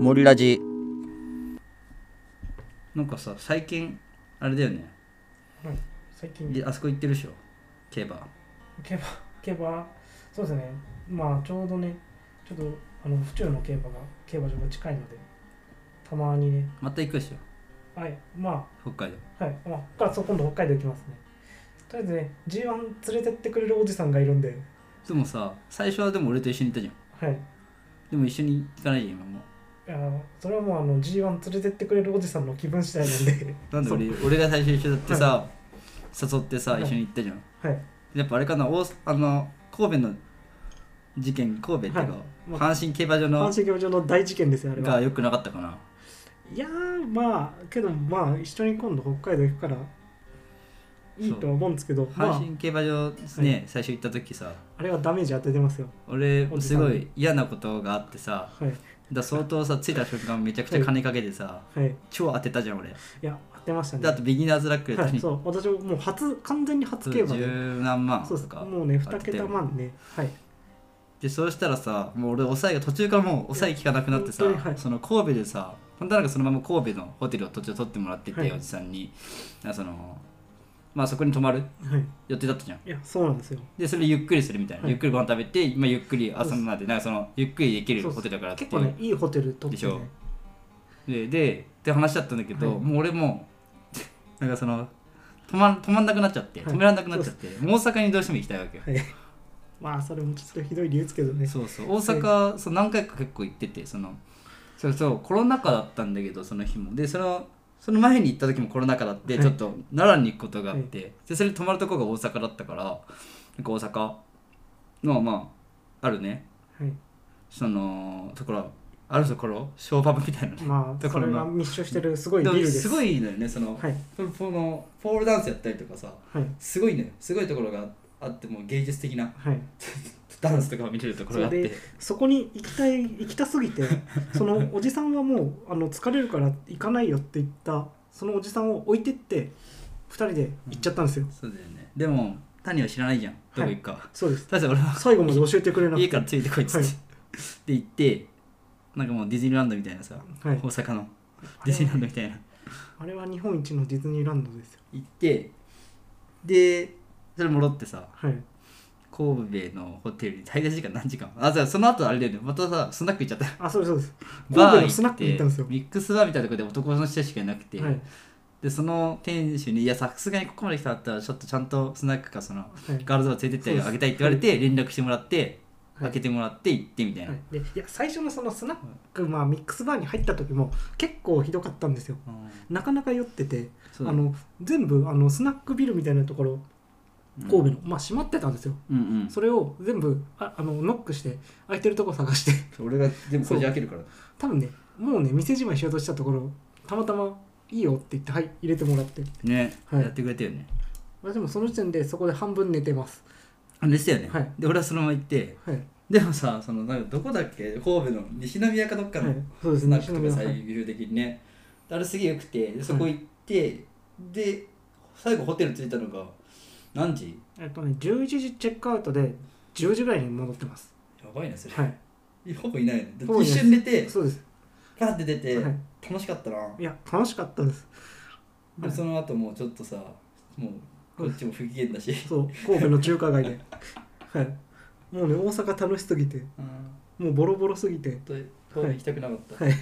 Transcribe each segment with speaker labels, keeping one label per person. Speaker 1: 森ラジ
Speaker 2: なんかさ最近あれだよね
Speaker 3: はい、最近
Speaker 2: であそこ行ってるでしょ競馬
Speaker 3: 競馬競馬そうですねまあちょうどねちょっとあの府中の競馬が競馬場が近いのでたまにね
Speaker 2: また行くでしょ
Speaker 3: はいま
Speaker 2: 北海道
Speaker 3: あはいまあ北海道今度北海道行きますねとりあえずね G1 連れてってくれるおじさんがいるんで
Speaker 2: でもさ最初はでも俺と一緒に行ったじゃん
Speaker 3: はい
Speaker 2: でも一緒に行かないじゃん今もう
Speaker 3: いやーそれはもうあの G1 連れてってくれるおじさんの気分次第なんで
Speaker 2: なんで俺俺が最初一緒だってさ、誘ってさ
Speaker 3: はい
Speaker 2: 一緒に行ったじゃん、
Speaker 3: はい
Speaker 2: やっぱあれかな大阪あの神戸の事件神戸っていうか、
Speaker 3: はいま
Speaker 2: 阪神競馬場
Speaker 3: 阪
Speaker 2: の
Speaker 3: 神競馬場の大事件ですよあれは
Speaker 2: が良くなかったかない
Speaker 3: やーまあけどまあ一緒に今度北海道行くからいいとは思うんですけどま
Speaker 2: 阪
Speaker 3: あ
Speaker 2: 神競馬場ですね、最初行った時さ
Speaker 3: あれはダメージ当ててますよ
Speaker 2: 俺
Speaker 3: おじ
Speaker 2: す
Speaker 3: さん
Speaker 2: ごい嫌なことがあってさ
Speaker 3: はい
Speaker 2: だ相当さ着いた瞬間めちゃくちゃ金かけてさ、
Speaker 3: はい
Speaker 2: 超当てたじゃん俺
Speaker 3: いや、当てましたね。
Speaker 2: であとビギナーズラックで
Speaker 3: は
Speaker 2: 確か
Speaker 3: い、そう、私ももう初、完全に初競馬
Speaker 2: 十
Speaker 3: で。
Speaker 2: 何万
Speaker 3: そう
Speaker 2: と
Speaker 3: です
Speaker 2: か
Speaker 3: もうね、
Speaker 2: 当
Speaker 3: 2
Speaker 2: てて
Speaker 3: 桁万ね。はい。
Speaker 2: でそうしたらさもう俺抑えが途中からもう抑え効かなくなってさ、
Speaker 3: いや本当にはい
Speaker 2: その神戸でさ本当はなんかそのまま神戸のホテルを途中取ってもらってて、
Speaker 3: はい
Speaker 2: おじさんにあそのまあそこに泊まる
Speaker 3: はい。
Speaker 2: 予定だったじゃん
Speaker 3: いや、そうなんですよ。
Speaker 2: でそれゆっくりするみたいな、
Speaker 3: はい
Speaker 2: ゆっくりご飯食べて、まあ、ゆっくり遊んだでなんかそのゆっくりできる
Speaker 3: そう
Speaker 2: ホテルだからって
Speaker 3: 結構ね、いいホテル取って、ね。
Speaker 2: でしででって話だったんだけど、
Speaker 3: はい
Speaker 2: もう俺も なんかその止ま止まんなくなっちゃって
Speaker 3: はい
Speaker 2: 止めらんなくなっちゃって、もう大阪にどうしても行きたいわけよ、
Speaker 3: はい。まあ、それもちょっとひどい理由ですけどね。
Speaker 2: そうそう大阪、そう何回か結構行っててそのそうそうコロナ禍だったんだけどその日もでそのその前に行った時もコロナ禍だって、
Speaker 3: はい
Speaker 2: ちょっと奈良に行くことがあって、でそれで泊まるとこが大阪だったからなんか大阪のまああるね
Speaker 3: はい。
Speaker 2: そのところあるところショーパブみたいなね
Speaker 3: まあ、
Speaker 2: だか
Speaker 3: そ
Speaker 2: ら
Speaker 3: れ
Speaker 2: まあ
Speaker 3: が密集してる、すごい
Speaker 2: で
Speaker 3: ビル
Speaker 2: も
Speaker 3: です。
Speaker 2: すごいのよねその、
Speaker 3: はい。
Speaker 2: そのそのポールダンスやったりとかさ
Speaker 3: はい。
Speaker 2: すごいのよすごいところがあってもう芸術的な
Speaker 3: はい。
Speaker 2: ダンスとかを見れるところがあっ
Speaker 3: そ
Speaker 2: て
Speaker 3: れでそこに行きたい、行きたす ぎて、そのおじさんはもう、あの、疲れるから行かないよって言った、そのおじさんを置いてって、2人で行っちゃったんですよ。
Speaker 2: そうだよねでも谷は知らないじゃんどこ行くか、
Speaker 3: そうです。
Speaker 2: だって俺は
Speaker 3: 最後まで教えてくれなくて。
Speaker 2: 家からついてこいっつって、
Speaker 3: はい
Speaker 2: で行ってなんかもうディズニーランドみたいなさ、
Speaker 3: はい
Speaker 2: 大阪のディズニーランドみたいな
Speaker 3: あれは日本一のディズニーランドですよ。
Speaker 2: 行ってでそれ戻ってさ
Speaker 3: はい。
Speaker 2: 神戸のホテルに滞在時間何時間あじゃあその後あれだよねまたさスナック行っちゃった
Speaker 3: あ、そうです、そうです。
Speaker 2: バー
Speaker 3: のスナックに行ったんですよ。
Speaker 2: ミックスバーみたいなところで男の人しかいなくて、
Speaker 3: はい。
Speaker 2: でその店主に「いやさすがにここまで来たんだったらちょっとちゃんとスナックかその
Speaker 3: はい
Speaker 2: ガールズバー連れてってあげたい」って言われて連絡してもらって
Speaker 3: は
Speaker 2: 開
Speaker 3: い
Speaker 2: けてもらって行ってみたいな、
Speaker 3: はい、でいや最初のそのスナック、まあ、ミックスバーに入った時も結構ひどかったんですよ
Speaker 2: うん
Speaker 3: なかなか酔っててあ
Speaker 2: そうだね
Speaker 3: の全部あのスナックビルみたいなところ
Speaker 2: うん
Speaker 3: 神戸の、まあ閉まってたんですよ
Speaker 2: うんうん
Speaker 3: それを全部ああのノックして空いてるとこ探して
Speaker 2: 俺が全部これで開けるから
Speaker 3: 多分ねもうね店じまいしようとしたところたまたま「いいよ」って言ってはい入れてもらって
Speaker 2: ね、
Speaker 3: はい
Speaker 2: やってくれたよね
Speaker 3: 私もその時点でそこで半分寝てます
Speaker 2: あでしたよね、
Speaker 3: はい
Speaker 2: で俺はそのまま行って
Speaker 3: はい
Speaker 2: でもさそのなんかどこだっけ神戸の西宮かどっか
Speaker 3: は
Speaker 2: の
Speaker 3: い、そうです
Speaker 2: スナ
Speaker 3: ね
Speaker 2: ックとか最終的にねあれすげえよくてでそこ行って、で最後ホテル着いたのが何時
Speaker 3: えっとね11時チェックアウトで10時ぐらいに戻ってます
Speaker 2: やばいなそれ
Speaker 3: はい
Speaker 2: ほぼいないよね
Speaker 3: ほぼいない
Speaker 2: 一瞬寝て
Speaker 3: そうです、
Speaker 2: パーって出て、
Speaker 3: はい、
Speaker 2: 楽しかったな、
Speaker 3: いや楽しかったです
Speaker 2: でもその後もうちょっとさもうこっちも不機嫌だし、
Speaker 3: そう神戸の中華街ではいもうね大阪楽しすぎて
Speaker 2: うん、
Speaker 3: もうボロボロすぎて
Speaker 2: 本当に行きたくなかった、
Speaker 3: はい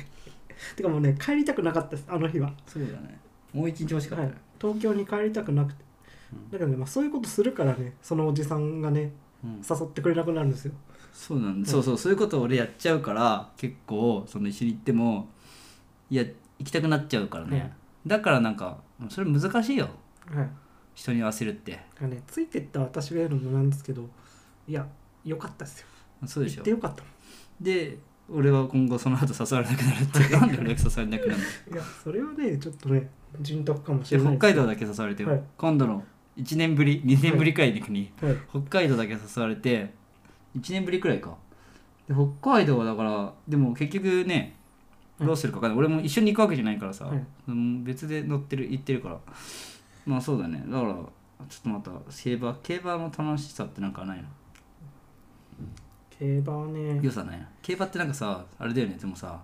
Speaker 3: てかもうね帰りたくなかったですあの日は、
Speaker 2: そうだねもう一日欲しかった、
Speaker 3: はい、東京に帰りたくなくて
Speaker 2: うん
Speaker 3: だからね、まあ、そういうことするからねそのおじさんがね
Speaker 2: うん
Speaker 3: 誘ってくれなくなるんですよ
Speaker 2: そうなん
Speaker 3: い
Speaker 2: そうそうそういうことを俺やっちゃうから結構その一緒に行ってもいや行きたくなっちゃうからね、
Speaker 3: はい
Speaker 2: だからなんかそれ難しいよ
Speaker 3: はい
Speaker 2: 人に合わせるって
Speaker 3: だからねついてった私が言うのもなんですけどいや良かったですよ
Speaker 2: そうでし
Speaker 3: 行
Speaker 2: ょ
Speaker 3: ってよかったも
Speaker 2: で俺は今後その後誘われなくなる ってなんで俺が誘われなくなるの
Speaker 3: んいやそれはねちょっとね人徳かもし
Speaker 2: で
Speaker 3: れない
Speaker 2: 北
Speaker 3: です
Speaker 2: 海道だけ誘われて、
Speaker 3: はい
Speaker 2: 今度の1年ぶり2年ぶりくらいに行くに、
Speaker 3: はい
Speaker 2: 北海道だけ誘われて1年ぶりくらいかで北海道はだからでも結局ね
Speaker 3: はい
Speaker 2: どうするか分かんない、俺も一緒に行くわけじゃないからさ、
Speaker 3: はい
Speaker 2: うん別で乗ってる行ってるからまあそうだねだからちょっとまた競馬競馬の楽しさってなんかないの
Speaker 3: 競馬はね
Speaker 2: 良さないの競馬ってなんかさあれだよねでもさ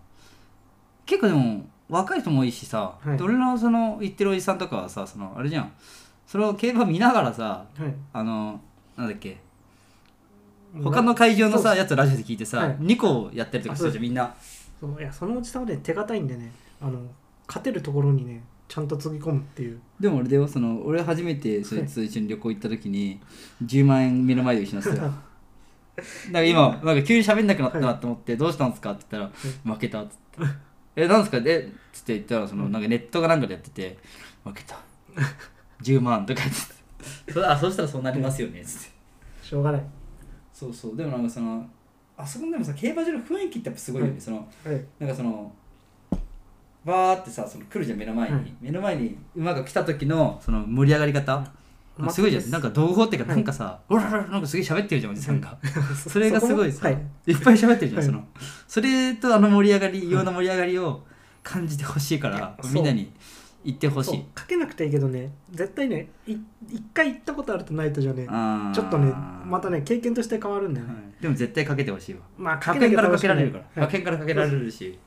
Speaker 2: 結構でも若い人も多いしさ、
Speaker 3: はい
Speaker 2: で俺のその行ってるおじさんとかはさそのあれじゃんその競馬見ながらさ
Speaker 3: はい
Speaker 2: あのなんだっけ他の会場の
Speaker 3: そ
Speaker 2: さやつラジオで聞いてさ、
Speaker 3: はい
Speaker 2: 2個やったりとかしてるじゃんみんな
Speaker 3: そういやそのおじさんはね手堅いんでねあの勝てるところにねちゃんとつぎ込むっていう
Speaker 2: でも俺だよその俺初めてそいつと一緒に旅行行った時に10万円目の前で失 ってたなんか今なんか急に喋んなくなったなと思って「どうしたんですか?」って言ったら「負けた」っつって「えなんですか?」でつって言ったらそのなんかネットかなんかでやってて「負けた10万」とか言ってそあそうしたらそうなりますよね」つって
Speaker 3: しょうがない、
Speaker 2: そうそうでもなんかそのあそこでもさ競馬場の雰囲気ってやっぱすごいよね、
Speaker 3: はい
Speaker 2: その
Speaker 3: はい、
Speaker 2: なんかそのバーってさその来るじゃん目の前に、
Speaker 3: はい
Speaker 2: 目の前に馬が来た時のその盛り上がり方、すごいじゃんなんか同胞っていうか
Speaker 3: はい
Speaker 2: なんかさ、うらららなんかすげえ喋ってるじゃんおじさん が、それが
Speaker 3: そこ
Speaker 2: す
Speaker 3: も
Speaker 2: ごいさ、
Speaker 3: はい
Speaker 2: い、っぱい喋ってるじゃん、
Speaker 3: はい
Speaker 2: そのそれとあの盛り上がりような盛り上がりを感じてほしいから、
Speaker 3: いやそう
Speaker 2: みんなに言ってほし
Speaker 3: そう
Speaker 2: い
Speaker 3: かけなくていいけどね絶対ねい一回行ったことあるとないとじゃね
Speaker 2: あー
Speaker 3: ちょっとねまたね経験として変わるんだよ
Speaker 2: は
Speaker 3: ね、
Speaker 2: いでも絶対かけてほしいわ
Speaker 3: まあ
Speaker 2: 派遣からかけられるから
Speaker 3: はい
Speaker 2: 派遣からかけられるし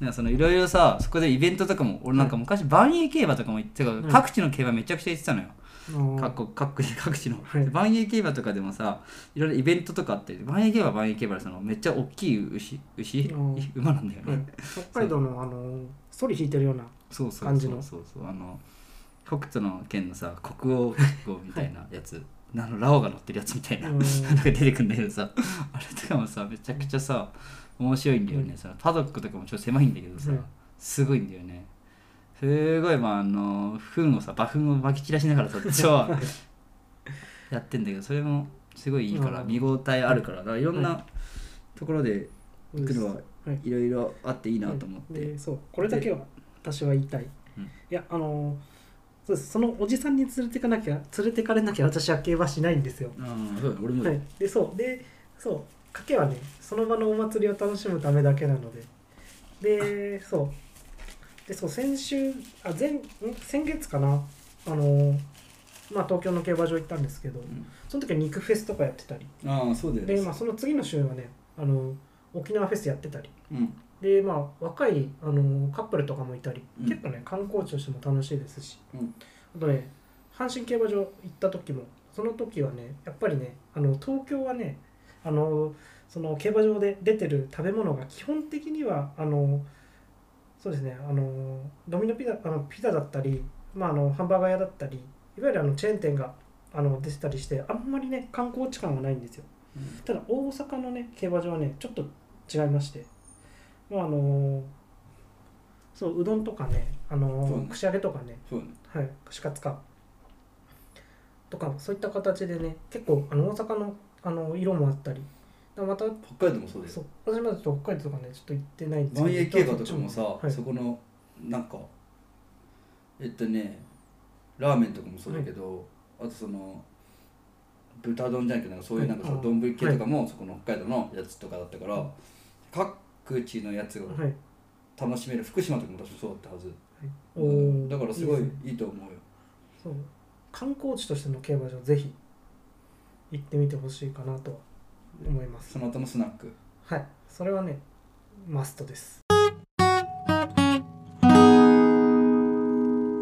Speaker 2: なんかそのいろいろさそこでイベントとかも俺なんか昔万栄競馬とかも行ってたから
Speaker 3: うん
Speaker 2: 各地の競馬めちゃくちゃ行ってたのよ
Speaker 3: うん
Speaker 2: 各国各国各地の
Speaker 3: はい
Speaker 2: 万栄競馬とかでもさいろいろイベントとかあって万栄競馬は万栄競馬でそのめっちゃ大きい牛牛
Speaker 3: うん
Speaker 2: 馬なんだよね、
Speaker 3: うん北海道のあのソリ引いてるような
Speaker 2: そうそう
Speaker 3: 感
Speaker 2: そ
Speaker 3: じ
Speaker 2: う
Speaker 3: の
Speaker 2: そうそうあの北斗の県のさ国王国王みたいなやつ、あのラオが乗ってるやつみたいな
Speaker 3: うん
Speaker 2: なんか出てくんだけどさあれとかもさめちゃくちゃさ面白いんだよね、
Speaker 3: うん
Speaker 2: そのパドックとかもちょっと狭いんだけどさ、
Speaker 3: うん
Speaker 2: すごいんだよねすごいまああの糞をさ馬糞をまき散らしながらさ 超やってんだけどそれもすごいいいから
Speaker 3: うん
Speaker 2: 見応えあるからだからいろん
Speaker 3: う
Speaker 2: なところで行くのは
Speaker 3: はい
Speaker 2: いろいろあっていいなと思って、
Speaker 3: でそうこれだけは私は言いたい、
Speaker 2: うん
Speaker 3: いやあのーそうですそのおじさんに連れてかなきゃ連れてかれなきゃ私は競馬しないんですよ、
Speaker 2: うんそうだね俺もだ
Speaker 3: は
Speaker 2: よ
Speaker 3: い、でそうでそう賭けはねその場のお祭りを楽しむためだけなのででそうでそう先週あ前ん先月かなあのーまあ東京の競馬場行ったんですけどその時は肉フェスとかやってたり
Speaker 2: ああそうだよね
Speaker 3: で、まあ、その次の週はねあのー沖縄フェスやってたり
Speaker 2: うん
Speaker 3: でまあ若いあのカップルとかもいたり、
Speaker 2: うん
Speaker 3: 結構ね観光地としても楽しいですし、
Speaker 2: うん
Speaker 3: あとね阪神競馬場行った時もその時はねやっぱりねあの東京はねあのその競馬場で出てる食べ物が基本的にはあのそうですねあのドミノピザあのピザだったり、まあ、あのハンバーガー屋だったりいわゆるあのチェーン店があの出てたりしてあんまりね観光地感はないんですよただ大阪のね競馬場はねちょっと違いましてまああのそううどんとかねあ
Speaker 2: そう
Speaker 3: の
Speaker 2: ね
Speaker 3: 串揚げとかね
Speaker 2: そうだね
Speaker 3: はい串カツかとかそういった形でね結構あの大阪のあの色もあったりだまた
Speaker 2: 北海道もそうだよ
Speaker 3: そう私まだちょっと北海道とかねちょっと行ってないんです
Speaker 2: 万栄競馬とかもさ、
Speaker 3: はい
Speaker 2: そこのなんかえっとねラーメンとかもそうだけど、あとその豚丼じゃなくてなんかそういうなんかさ
Speaker 3: はいあー
Speaker 2: 丼、系とかも、そこの北海道のやつとかだったから、各地のやつが
Speaker 3: はい
Speaker 2: 楽しめる福島とかも確かそうだったはず、
Speaker 3: おー
Speaker 2: だからすごい
Speaker 3: でね
Speaker 2: いいと思うよ
Speaker 3: そう観光地としての競馬場ぜひ行ってみてほしいかなとは思います
Speaker 2: その後のスナック
Speaker 3: はい、それはね、マストです。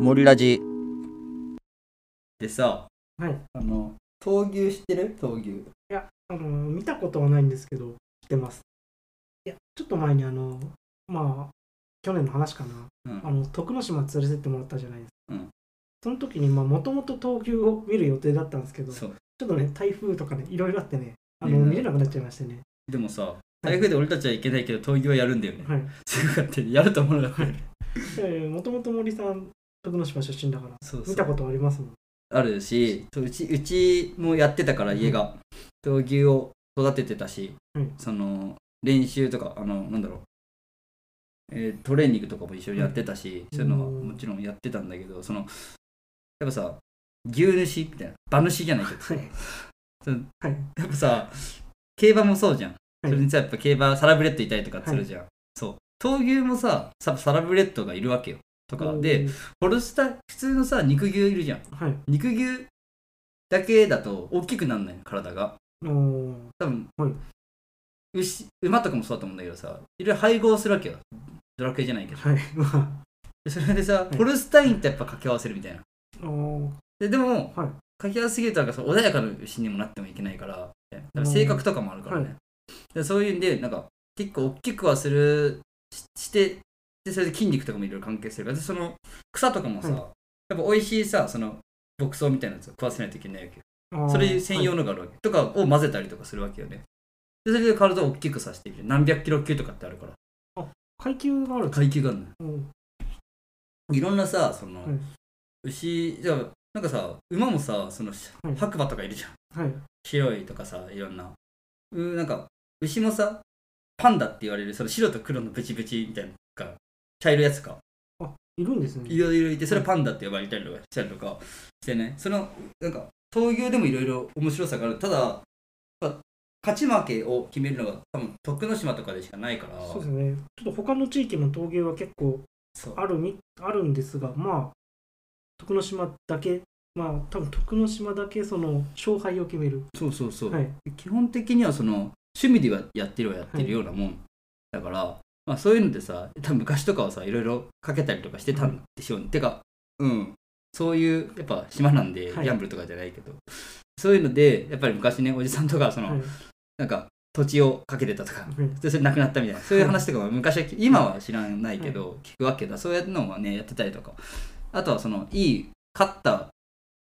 Speaker 2: 森ラジでさ
Speaker 3: はい、
Speaker 2: あの闘牛知ってる闘牛
Speaker 3: あの見たことはないんですけど、知ってます。いや、ちょっと前にあの、まあ、去年の話かな、
Speaker 2: うん
Speaker 3: あの徳之島連れてってもらったじゃないです
Speaker 2: う
Speaker 3: か。
Speaker 2: ん
Speaker 3: その時に、まあ、もともと東急を見る予定だったんですけど、ちょ
Speaker 2: そう
Speaker 3: っとね、台風とかね、いろいろあってね、あの
Speaker 2: うん
Speaker 3: 見れなくなっちゃいましてね。
Speaker 2: でもさ台風で俺たちはいけないけど闘牛はやるんだよね
Speaker 3: はい。
Speaker 2: すごかったよねやると思うなかったよね
Speaker 3: もともと森さん、徳之島出身だから、
Speaker 2: そうそ
Speaker 3: 見
Speaker 2: う
Speaker 3: たことありますもん。
Speaker 2: あるしそううちうちもやってたから家が闘牛を育ててたし、
Speaker 3: うん
Speaker 2: その練習とかあのなんだろう、えートレーニングとかも一緒にやってたし、
Speaker 3: うん
Speaker 2: そういうのは
Speaker 3: うん
Speaker 2: もちろんやってたんだけどそのやっぱさ牛主みたいな馬主じゃないけど
Speaker 3: はい。
Speaker 2: そう
Speaker 3: はい。
Speaker 2: やっぱさ競馬もそうじゃん、
Speaker 3: はい
Speaker 2: それにさやっぱ競馬サラブレッドいたりとかするじゃん、そう闘牛もささサラブレッドがいるわけよとかで、ホルスター普通のさ肉牛いるじゃん
Speaker 3: はい。
Speaker 2: 肉牛だけだと大きくなんないの体が
Speaker 3: おー
Speaker 2: 多分、
Speaker 3: はい
Speaker 2: 牛馬とかもそうだと思うんだけどさいろいろ配合するわけよドラクエじゃないけど
Speaker 3: はい ま
Speaker 2: でそれでさ、
Speaker 3: い
Speaker 2: ホルスタインとやっぱ掛け合わせるみたいな
Speaker 3: あおー
Speaker 2: ででも、
Speaker 3: はい
Speaker 2: 掛け合わせすぎるとなんかその穏やかな死にもなってもいけないからみたいなだから性格とかもあるからね、
Speaker 3: は
Speaker 2: でそういうんでなんか結構大きくはするししてでそれで筋肉とかもいろいろ関係するからでその草とかもさ、
Speaker 3: はい
Speaker 2: やっぱ美味しいさその牧草みたいなやつを食わせないといけないわけよ
Speaker 3: あー
Speaker 2: それ専用
Speaker 3: はい
Speaker 2: のがあるわけ、とかを混ぜたりとかするわけよねでそれで体を大きくさせていく何百キロ級とかってあるから
Speaker 3: 階級があるんです
Speaker 2: 階級があるのよ
Speaker 3: うん
Speaker 2: いろんなさその、
Speaker 3: はい
Speaker 2: 牛じゃあなんかさ馬もさその
Speaker 3: い
Speaker 2: 白馬とかいるじゃん
Speaker 3: はい
Speaker 2: 白いとかさいろんなうなんか牛もさパンダって言われるその白と黒のブチブチみたいなのか茶色いやつか
Speaker 3: いるんですね
Speaker 2: いろいろいてそれパンダって呼ばれたりとかしたりとかしてねそのなんか闘牛でもいろいろ面白さがあるただやっぱ勝ち負けを決めるのが多分徳之島とかでしかないから
Speaker 3: そうですねちょっと他の地域も陶芸は結構
Speaker 2: そう
Speaker 3: あるみあるんですがまあ徳之島だけまあ多分徳之島だけその勝敗を決める
Speaker 2: そうそうそう
Speaker 3: はい
Speaker 2: 基本的にはその趣味ではやってるはやってるようなもん、だから、まあ、そういうのでさ多分昔とかはさいろいろかけたりとかしてたんでしょうね、てかうんそういうやっぱ島なんでギ
Speaker 3: はい
Speaker 2: ャンブルとかじゃないけど、そういうのでやっぱり昔ねおじさんとかその、
Speaker 3: はい
Speaker 2: なんか土地をかけてたとか
Speaker 3: はい
Speaker 2: でそれなくなったみたいなそういう話とかは昔は聞今は知らないけど聞くわけだそういうのもねやってたりとかあとはそのいい勝った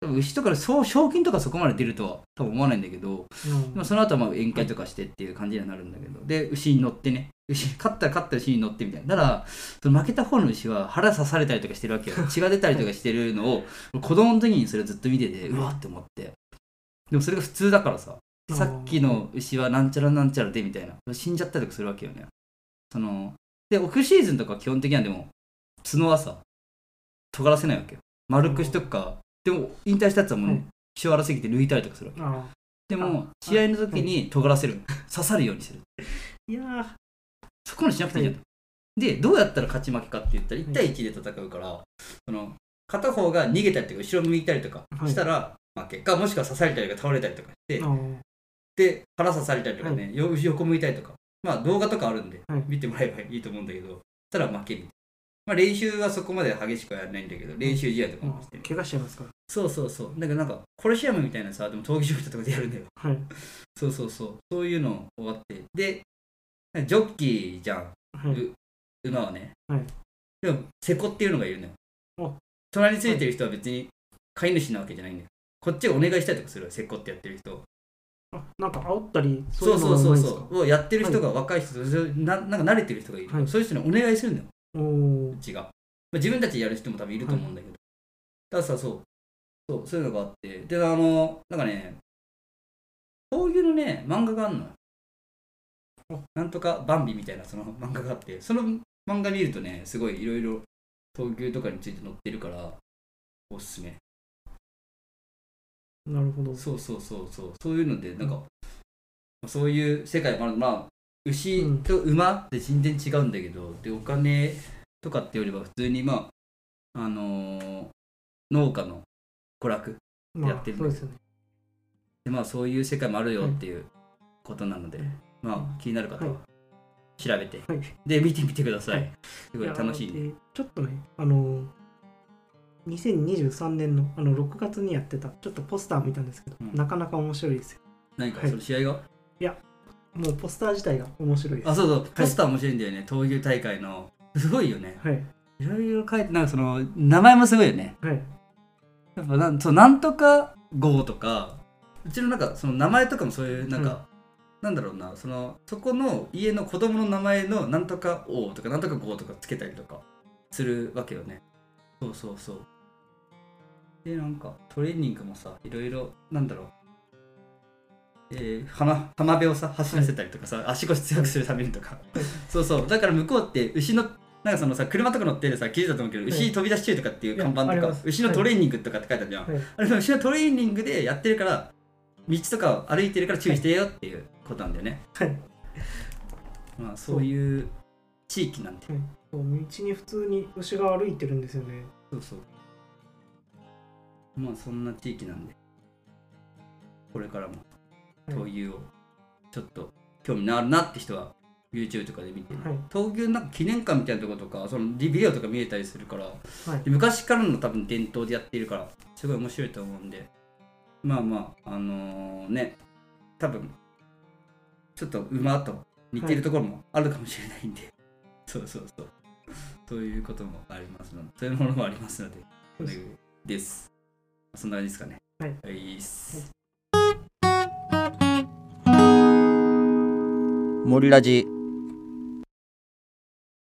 Speaker 2: 多分牛とかでそう賞金とかそこまで出るとは多分思わないんだけど
Speaker 3: うん
Speaker 2: まあ、その後はまあ宴会とかしてっていう感じにはなるんだけど、で牛に乗ってね牛 勝ったら勝った牛に乗ってみたいなただその負けた方の牛は腹刺されたりとかしてるわけ よ血が出たりとかしてるのを子供の時にそれをずっと見ててうわって思ってでもそれが普通だからささっきの牛はなんちゃらなんちゃらでみたいな死んじゃったりとかするわけよねそのでオフシーズンとか基本的にはでも角はさ尖らせないわけよ丸くしとくかでも引退したやつはもう、
Speaker 3: はい
Speaker 2: 気性荒すぎて抜いたりとかするわけ
Speaker 3: あー
Speaker 2: でも
Speaker 3: あ
Speaker 2: 試合の時に尖らせる刺さるようにする
Speaker 3: いやー
Speaker 2: そこまでしなくていいじゃん、でどうやったら勝ち負けかって言ったら1対1で戦うから、その片方が逃げたりとか後ろ向いたりとか
Speaker 3: はい
Speaker 2: したら負けか、もしくは刺されたりとか倒れたりとかして、
Speaker 3: あー
Speaker 2: で腹刺されたりとかね、よ横向いたりとかまあ動画とかあるんで、
Speaker 3: はい
Speaker 2: 見てもらえばいいと思うんだけどたら負けるまあ練習はそこまで激しくはやらないんだけど練習試合とか
Speaker 3: ま
Speaker 2: もして
Speaker 3: あ
Speaker 2: る、
Speaker 3: 怪我しちゃいますか
Speaker 2: そうそうそうだからなんかコロシアムみたいなさでも闘技場とかでやるんだよ
Speaker 3: らはい
Speaker 2: そうそうそう、そういうの終わって、で、ジョッキーじゃん、
Speaker 3: はい
Speaker 2: 馬はね。
Speaker 3: はい
Speaker 2: でも、セコっていうのがいるのよ
Speaker 3: お。
Speaker 2: 隣についてる人は別に飼い主なわけじゃないんだよ。こっちがお願いしたりとかするわ、セコってやってる人。
Speaker 3: あなんか煽ったり
Speaker 2: そうそうそうそう。をやってる人が
Speaker 3: は
Speaker 2: 若い人と、それななんか慣れてる人がいる、
Speaker 3: はい
Speaker 2: そういう人にお願いするんだよ、
Speaker 3: うお
Speaker 2: うちが。まあ、自分たちでやる人も多分いると思うんだけど。たださ、そう。そう、そういうのがあって。で、あの、なんかね、こういうのね、漫画があるのよ。なんとかバンビみたいなその 漫画があって、その漫画見るとね、すごいいろいろ闘牛とかについて載ってるから、おすすめ。
Speaker 3: なるほど
Speaker 2: そうそうそうそう、そういうので、なんか、そういう世界もある、まあ、牛
Speaker 3: うん
Speaker 2: と馬って全然違うんだけど、で、お金とかってよりは、普通に、まあ、あのー農家の娯楽。
Speaker 3: まあ
Speaker 2: やってる
Speaker 3: そうですよね
Speaker 2: で、まあ、そういう世界もあるよっていうことなので、
Speaker 3: はい
Speaker 2: まあ、気になる方は
Speaker 3: は
Speaker 2: 調べて、
Speaker 3: はい
Speaker 2: で、見てみてください。
Speaker 3: はい
Speaker 2: すごい楽しいね。
Speaker 3: やでちょっとねあの2023年のあの6月にやってたちょっとポスター見たんですけど、
Speaker 2: うん
Speaker 3: なかなか面白いですよ
Speaker 2: 何か
Speaker 3: はい
Speaker 2: その試合が、
Speaker 3: もうポスター自体が面白いです
Speaker 2: あそうそうポスター面白いんだよね闘牛大会のすごいよね
Speaker 3: はい
Speaker 2: いろいろ書いてなんかその名前もすごいよね
Speaker 3: はい
Speaker 2: やっぱなんそうなんとか号とかうちのなんかその名前とかもそういうなんか、なんだろうなそのそこの家の子供の名前のなんとか王とかなんとか号とかつけたりとかするわけよねそうそうそうでなんかトレーニングもさいろいろなんだろうえー、浜浜辺をさ走らせたりとかさ、足腰強くするためにとかそうそうだから向こうって牛のなんかそのさ車とか乗っててさ記事だと思うけど、
Speaker 3: はい
Speaker 2: 牛飛び出し注意とかっていう看板
Speaker 3: いや
Speaker 2: と
Speaker 3: あり
Speaker 2: か
Speaker 3: ます
Speaker 2: 牛のトレーニングとかって書いてあるじゃん、
Speaker 3: はい
Speaker 2: あれでも牛のトレーニングでやってるから道とか歩いてるから注意してよっていうことなんだよね、
Speaker 3: はい
Speaker 2: まあそういう地域なんで
Speaker 3: 道に普通に牛が歩いてるんですよね
Speaker 2: そうそうまあそんな地域なんでこれからも
Speaker 3: はい
Speaker 2: 闘牛をちょっと興味のあるなって人は YouTube とかで見て、
Speaker 3: はい
Speaker 2: 東京なんか記念館みたいなとことかそのビデオとか見えたりするから
Speaker 3: はい
Speaker 2: で昔からの多分伝統でやっているからすごい面白いと思うんでまあまああのね多分ちょっと馬と似てるところもあるかもしれないんで、 そうそうそうそういうこともありますのでそういうものもありますので
Speaker 3: そうです
Speaker 2: ですそんな感じですかね
Speaker 3: はい
Speaker 2: いっす
Speaker 1: モリラジ